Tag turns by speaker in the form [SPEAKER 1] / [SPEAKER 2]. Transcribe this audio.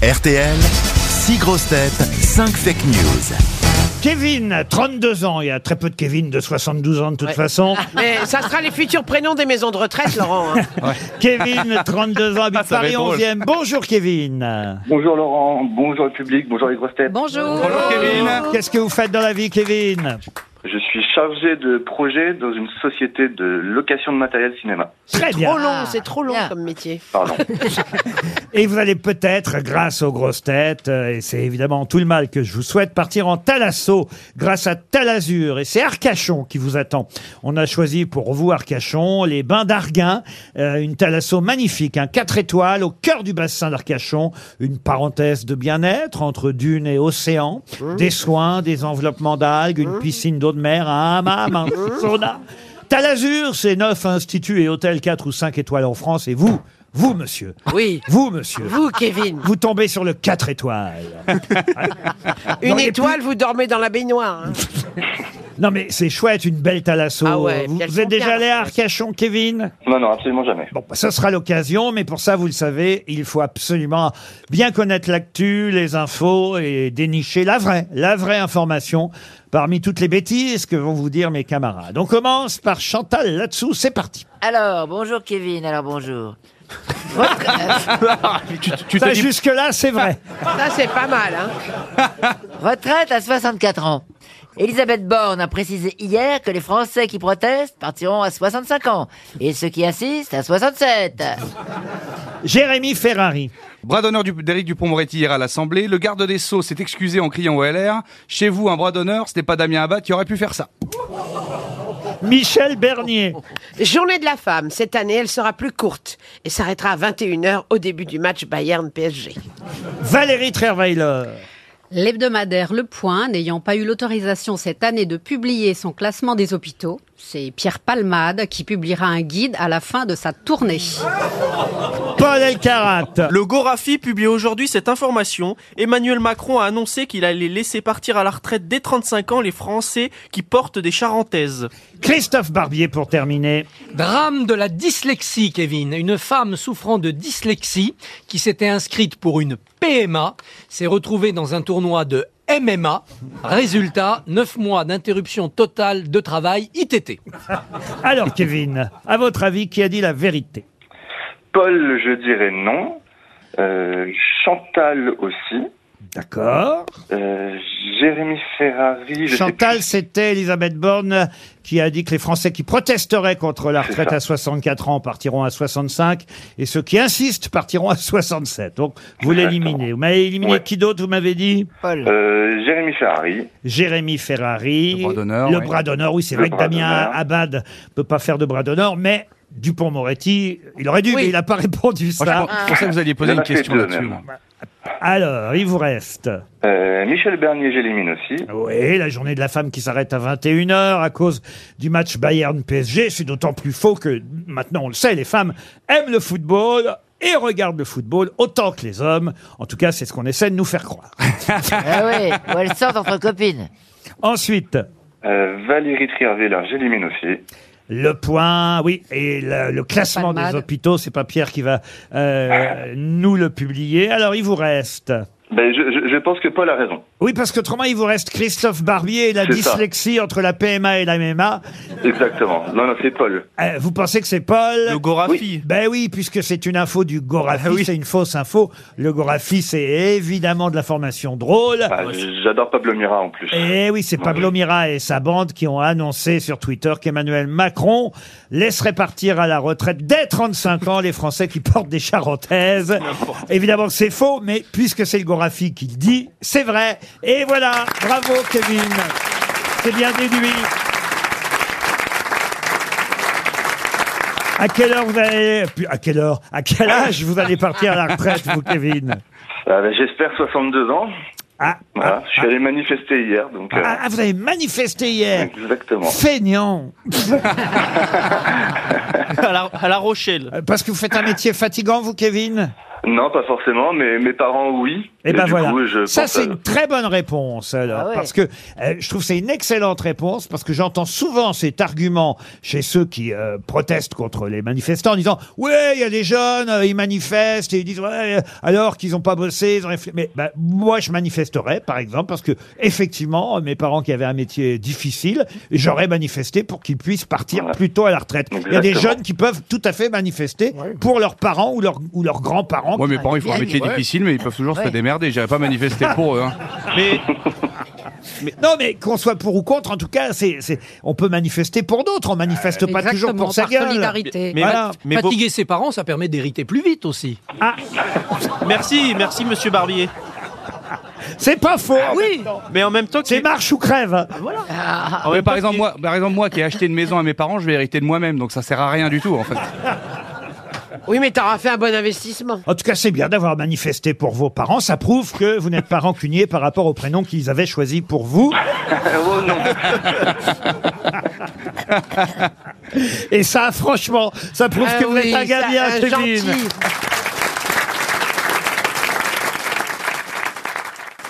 [SPEAKER 1] RTL, 6 grosses têtes, 5 fake news.
[SPEAKER 2] Kevin, 32 ans. Il y a très peu de Kevin de 72 ans de toute
[SPEAKER 3] Ouais.
[SPEAKER 2] façon.
[SPEAKER 3] Mais ça sera les futurs prénoms des maisons de retraite, Laurent. hein.
[SPEAKER 2] Kevin, 32 ans, habite
[SPEAKER 4] Ça va
[SPEAKER 2] Paris
[SPEAKER 4] être drôle.
[SPEAKER 2] 11e. Bonjour Kevin.
[SPEAKER 5] Bonjour Laurent, bonjour le public, bonjour les grosses têtes.
[SPEAKER 6] Bonjour.
[SPEAKER 2] Qu'est-ce que vous faites dans la vie Kevin
[SPEAKER 5] Je suis chargé de projet dans une société de location de matériel cinéma.
[SPEAKER 2] Très bien.
[SPEAKER 3] Trop long, c'est trop long
[SPEAKER 6] Bien.
[SPEAKER 3] comme métier.
[SPEAKER 5] Pardon.
[SPEAKER 2] Et vous allez peut-être, grâce aux grosses têtes, euh, et c'est évidemment tout le mal que je vous souhaite, partir en Talasso grâce à Talazur. Et c'est Arcachon qui vous attend. On a choisi pour vous, Arcachon, les bains d'Arguin, euh, une Talasso magnifique, un 4 étoiles au cœur du bassin d'Arcachon, une parenthèse de bien-être entre dunes et océan, des soins, des enveloppements d'algues, une piscine d'eau de mer, un hammam, un sauna. Talazur, c'est neuf instituts et hôtels 4 ou 5 étoiles en France. Et vous, vous, monsieur,
[SPEAKER 3] Oui.
[SPEAKER 2] vous, monsieur,
[SPEAKER 3] Vous, Kevin,
[SPEAKER 2] vous tombez sur le 4 étoiles.
[SPEAKER 3] une
[SPEAKER 2] les
[SPEAKER 3] étoile, vous dormez dans la baignoire. hein.
[SPEAKER 2] Non, mais c'est chouette, une belle thalasso.
[SPEAKER 3] Ah ouais,
[SPEAKER 2] vous,
[SPEAKER 3] puis elles
[SPEAKER 2] vous êtes
[SPEAKER 3] sont
[SPEAKER 2] déjà
[SPEAKER 3] bien.
[SPEAKER 2] allé à Arcachon, Kevin
[SPEAKER 5] Non, non, absolument jamais.
[SPEAKER 2] Bon, bah, ça sera l'occasion, mais pour ça, vous le savez, il faut absolument bien connaître l'actu, les infos et dénicher la vraie, la vraie information parmi toutes les bêtises que vont vous dire mes camarades. On commence par Chantal là-dessous, c'est parti.
[SPEAKER 6] Alors, bonjour Kevin, alors bonjour. euh,
[SPEAKER 4] Tu, tu
[SPEAKER 2] Ça,
[SPEAKER 4] te dis-
[SPEAKER 2] jusque-là, c'est vrai.
[SPEAKER 3] Ça, c'est pas mal. hein.
[SPEAKER 6] Retraite à 64 ans. Elisabeth Borne a précisé hier que les Français qui protestent partiront à 65 ans et ceux qui insistent à 67.
[SPEAKER 2] Jérémy Ferrari.
[SPEAKER 4] Bras d'honneur du- d'Éric Dupont-Moretti hier à l'Assemblée. Le garde des Sceaux s'est excusé en criant au LR. Chez vous, un bras d'honneur, ce n'est pas Damien Abad qui aurait pu faire ça.
[SPEAKER 2] Michel Bernier.
[SPEAKER 3] Journée de la femme. Cette année, elle sera plus courte et s'arrêtera à 21h au début du match Bayern-PSG.
[SPEAKER 2] Valérie Trierweiler.
[SPEAKER 7] L'hebdomadaire Le Point, n'ayant pas eu l'autorisation cette année de publier son classement des hôpitaux, c'est Pierre Palmade qui publiera un guide à la fin de sa tournée.
[SPEAKER 2] Paul Elkarat.
[SPEAKER 8] Le Gorafi publie aujourd'hui cette information. Emmanuel Macron a annoncé qu'il allait laisser partir à la retraite dès 35 ans les Français qui portent des charentaises.
[SPEAKER 2] Christophe Barbier pour terminer.
[SPEAKER 9] Drame de la dyslexie, Kevin. Une femme souffrant de dyslexie qui s'était inscrite pour une PMA s'est retrouvée dans un tournoi de MMA. Résultat, 9 mois d'interruption totale de travail ITT.
[SPEAKER 2] Alors, Kevin, à votre avis, qui a dit la vérité
[SPEAKER 5] Paul, je dirais non. Euh, Chantal aussi.
[SPEAKER 2] D'accord.
[SPEAKER 5] Euh, Jérémy Ferrari. je sais
[SPEAKER 2] Chantal,
[SPEAKER 5] plus.
[SPEAKER 2] c'était Elisabeth Borne qui a dit que les Français qui protesteraient contre la retraite
[SPEAKER 5] ça.
[SPEAKER 2] à 64 ans partiront à 65 et ceux qui insistent partiront à 67. Donc, vous
[SPEAKER 5] Exactement.
[SPEAKER 2] l'éliminez. Vous m'avez éliminé
[SPEAKER 5] Ouais.
[SPEAKER 2] qui d'autre, vous m'avez dit
[SPEAKER 5] Euh, Jérémy Ferrari.
[SPEAKER 2] Jérémy Ferrari.
[SPEAKER 4] Le bras d'honneur,
[SPEAKER 2] Le
[SPEAKER 4] oui.
[SPEAKER 2] bras d'honneur, oui, c'est
[SPEAKER 5] Le
[SPEAKER 2] vrai que
[SPEAKER 5] bras
[SPEAKER 2] Damien
[SPEAKER 5] d'honneur.
[SPEAKER 2] Abad peut pas faire de bras d'honneur, mais Dupont-Moretti, il aurait dû, mais il n'a pas répondu
[SPEAKER 4] Moi, je
[SPEAKER 2] ça.
[SPEAKER 4] pense- c'est pour ça que vous alliez poser
[SPEAKER 5] Il en
[SPEAKER 4] une
[SPEAKER 5] a fait
[SPEAKER 4] question
[SPEAKER 5] deux,
[SPEAKER 4] là-dessus.
[SPEAKER 5] même.
[SPEAKER 4] moi.
[SPEAKER 2] Alors, il vous reste.
[SPEAKER 5] Euh, Michel Bernier, j'élimine aussi.
[SPEAKER 2] Oui, Ah la journée de la femme qui s'arrête à 21h à cause du match Bayern-PSG, c'est d'autant plus faux que maintenant on le sait, les femmes aiment le football et regardent le football autant que les hommes. En tout cas, c'est ce qu'on essaie de nous faire croire.
[SPEAKER 6] Ah oui, ou elles sortent entre copines.
[SPEAKER 2] Ensuite,
[SPEAKER 5] Euh, Valérie Trierweiler, j'élimine aussi.
[SPEAKER 2] le point, oui, et le, le classement des
[SPEAKER 7] Palmade.
[SPEAKER 2] hôpitaux, c'est pas Pierre qui va euh, nous le publier. Alors, il vous reste.
[SPEAKER 5] Ben, je, je- je pense que Paul a raison.
[SPEAKER 2] Oui, parce qu'autrement, il vous reste Christophe Barbier et la
[SPEAKER 5] C'est ça.
[SPEAKER 2] dyslexie entre la PMA et la MMA.
[SPEAKER 5] Exactement. Non, non, c'est Paul.
[SPEAKER 2] Euh, vous pensez que c'est Paul
[SPEAKER 8] Le Gorafi. Ah
[SPEAKER 2] Ben oui, puisque c'est une info du Gorafi, c'est une fausse info. Le Gorafi, c'est évidemment de l'information drôle.
[SPEAKER 5] Ah, J'adore Pablo Mira en plus.
[SPEAKER 2] Et Eh oui, c'est Pablo Mira et sa bande qui ont annoncé sur Twitter qu'Emmanuel Macron laisserait partir à la retraite dès 35 ans les Français qui portent des charentaises. Évidemment, que c'est faux, mais puisque c'est le Gorafi qui le dit, c'est vrai. Et voilà, bravo Kevin. C'est bien déduit. À quelle heure vous allez, puis à quelle heure, à quel âge vous allez partir à la retraite, vous, Kevin
[SPEAKER 5] Ah, ben, J'espère 62 ans.
[SPEAKER 2] ah,
[SPEAKER 5] Voilà. je suis allé manifester hier, donc. euh,
[SPEAKER 2] ah, ah, vous avez manifesté hier.
[SPEAKER 5] Exactement.
[SPEAKER 2] Feignant.
[SPEAKER 8] À la, à La Rochelle.
[SPEAKER 2] Euh, Parce que vous faites un métier fatigant, vous, Kevin
[SPEAKER 5] Non, pas forcément, mais mes parents, oui.
[SPEAKER 2] Eh ben
[SPEAKER 5] du
[SPEAKER 2] voilà.
[SPEAKER 5] coup, je
[SPEAKER 2] Ça,
[SPEAKER 5] pense
[SPEAKER 2] c'est
[SPEAKER 5] à-
[SPEAKER 2] une très bonne réponse, alors.
[SPEAKER 6] Ah ouais.
[SPEAKER 2] Parce que euh, je trouve que c'est une excellente réponse, parce que j'entends souvent cet argument chez ceux qui euh, protestent contre les manifestants en disant Ouais, il y a des jeunes, euh, ils manifestent, et ils disent Ouais, euh, alors qu'ils n'ont pas bossé, ils ont réfléchi. Mais ben, moi, je manifesterais, par exemple, parce que, effectivement, mes parents qui avaient un métier difficile, j'aurais manifesté pour qu'ils puissent partir
[SPEAKER 5] Ouais.
[SPEAKER 2] plus tôt à la retraite. Il y a des
[SPEAKER 5] Exactement.
[SPEAKER 2] jeunes qui peuvent tout à fait manifester pour leurs parents ou leurs ou leurs grands-parents.
[SPEAKER 4] Moi, mes parents, ils font un
[SPEAKER 6] Ouais.
[SPEAKER 4] métier difficile, mais ils peuvent toujours se
[SPEAKER 6] Ouais.
[SPEAKER 4] démerder. J'irai pas manifester pour eux. hein.
[SPEAKER 2] Non, mais qu'on soit pour ou contre, en tout cas, c'est, c'est- on peut manifester pour d'autres. On manifeste pas toujours pour sa
[SPEAKER 7] par
[SPEAKER 2] gueule.
[SPEAKER 7] solidarité.
[SPEAKER 8] Mais,
[SPEAKER 2] Voilà.
[SPEAKER 8] mais bon-
[SPEAKER 9] Fatiguer ses parents, ça permet d'hériter plus vite aussi.
[SPEAKER 8] Ah, merci, merci Monsieur Barbier.
[SPEAKER 2] C'est pas faux.
[SPEAKER 9] Ah Oui.
[SPEAKER 8] Mais en même temps,
[SPEAKER 2] C'est
[SPEAKER 8] qu'il-
[SPEAKER 2] marche ou crève.
[SPEAKER 8] en
[SPEAKER 4] Mais
[SPEAKER 8] même
[SPEAKER 4] par
[SPEAKER 8] temps
[SPEAKER 4] exemple,
[SPEAKER 8] qu'il-
[SPEAKER 4] moi, par exemple, moi qui ai acheté une maison à mes parents, je vais hériter de moi-même, donc ça sert à rien du tout, en fait.
[SPEAKER 3] Oui, mais t'auras fait un bon investissement.
[SPEAKER 2] En tout cas, c'est bien d'avoir manifesté pour vos parents. Ça prouve que vous n'êtes pas rancunier par rapport au prénom qu'ils avaient choisi pour vous.
[SPEAKER 5] Oh non.
[SPEAKER 2] Et ça, franchement, ça prouve
[SPEAKER 3] Ah
[SPEAKER 2] que vous
[SPEAKER 3] oui,
[SPEAKER 2] êtes un gars
[SPEAKER 3] Ah ça,
[SPEAKER 2] bien,
[SPEAKER 3] un
[SPEAKER 2] Kevin.
[SPEAKER 3] gentil.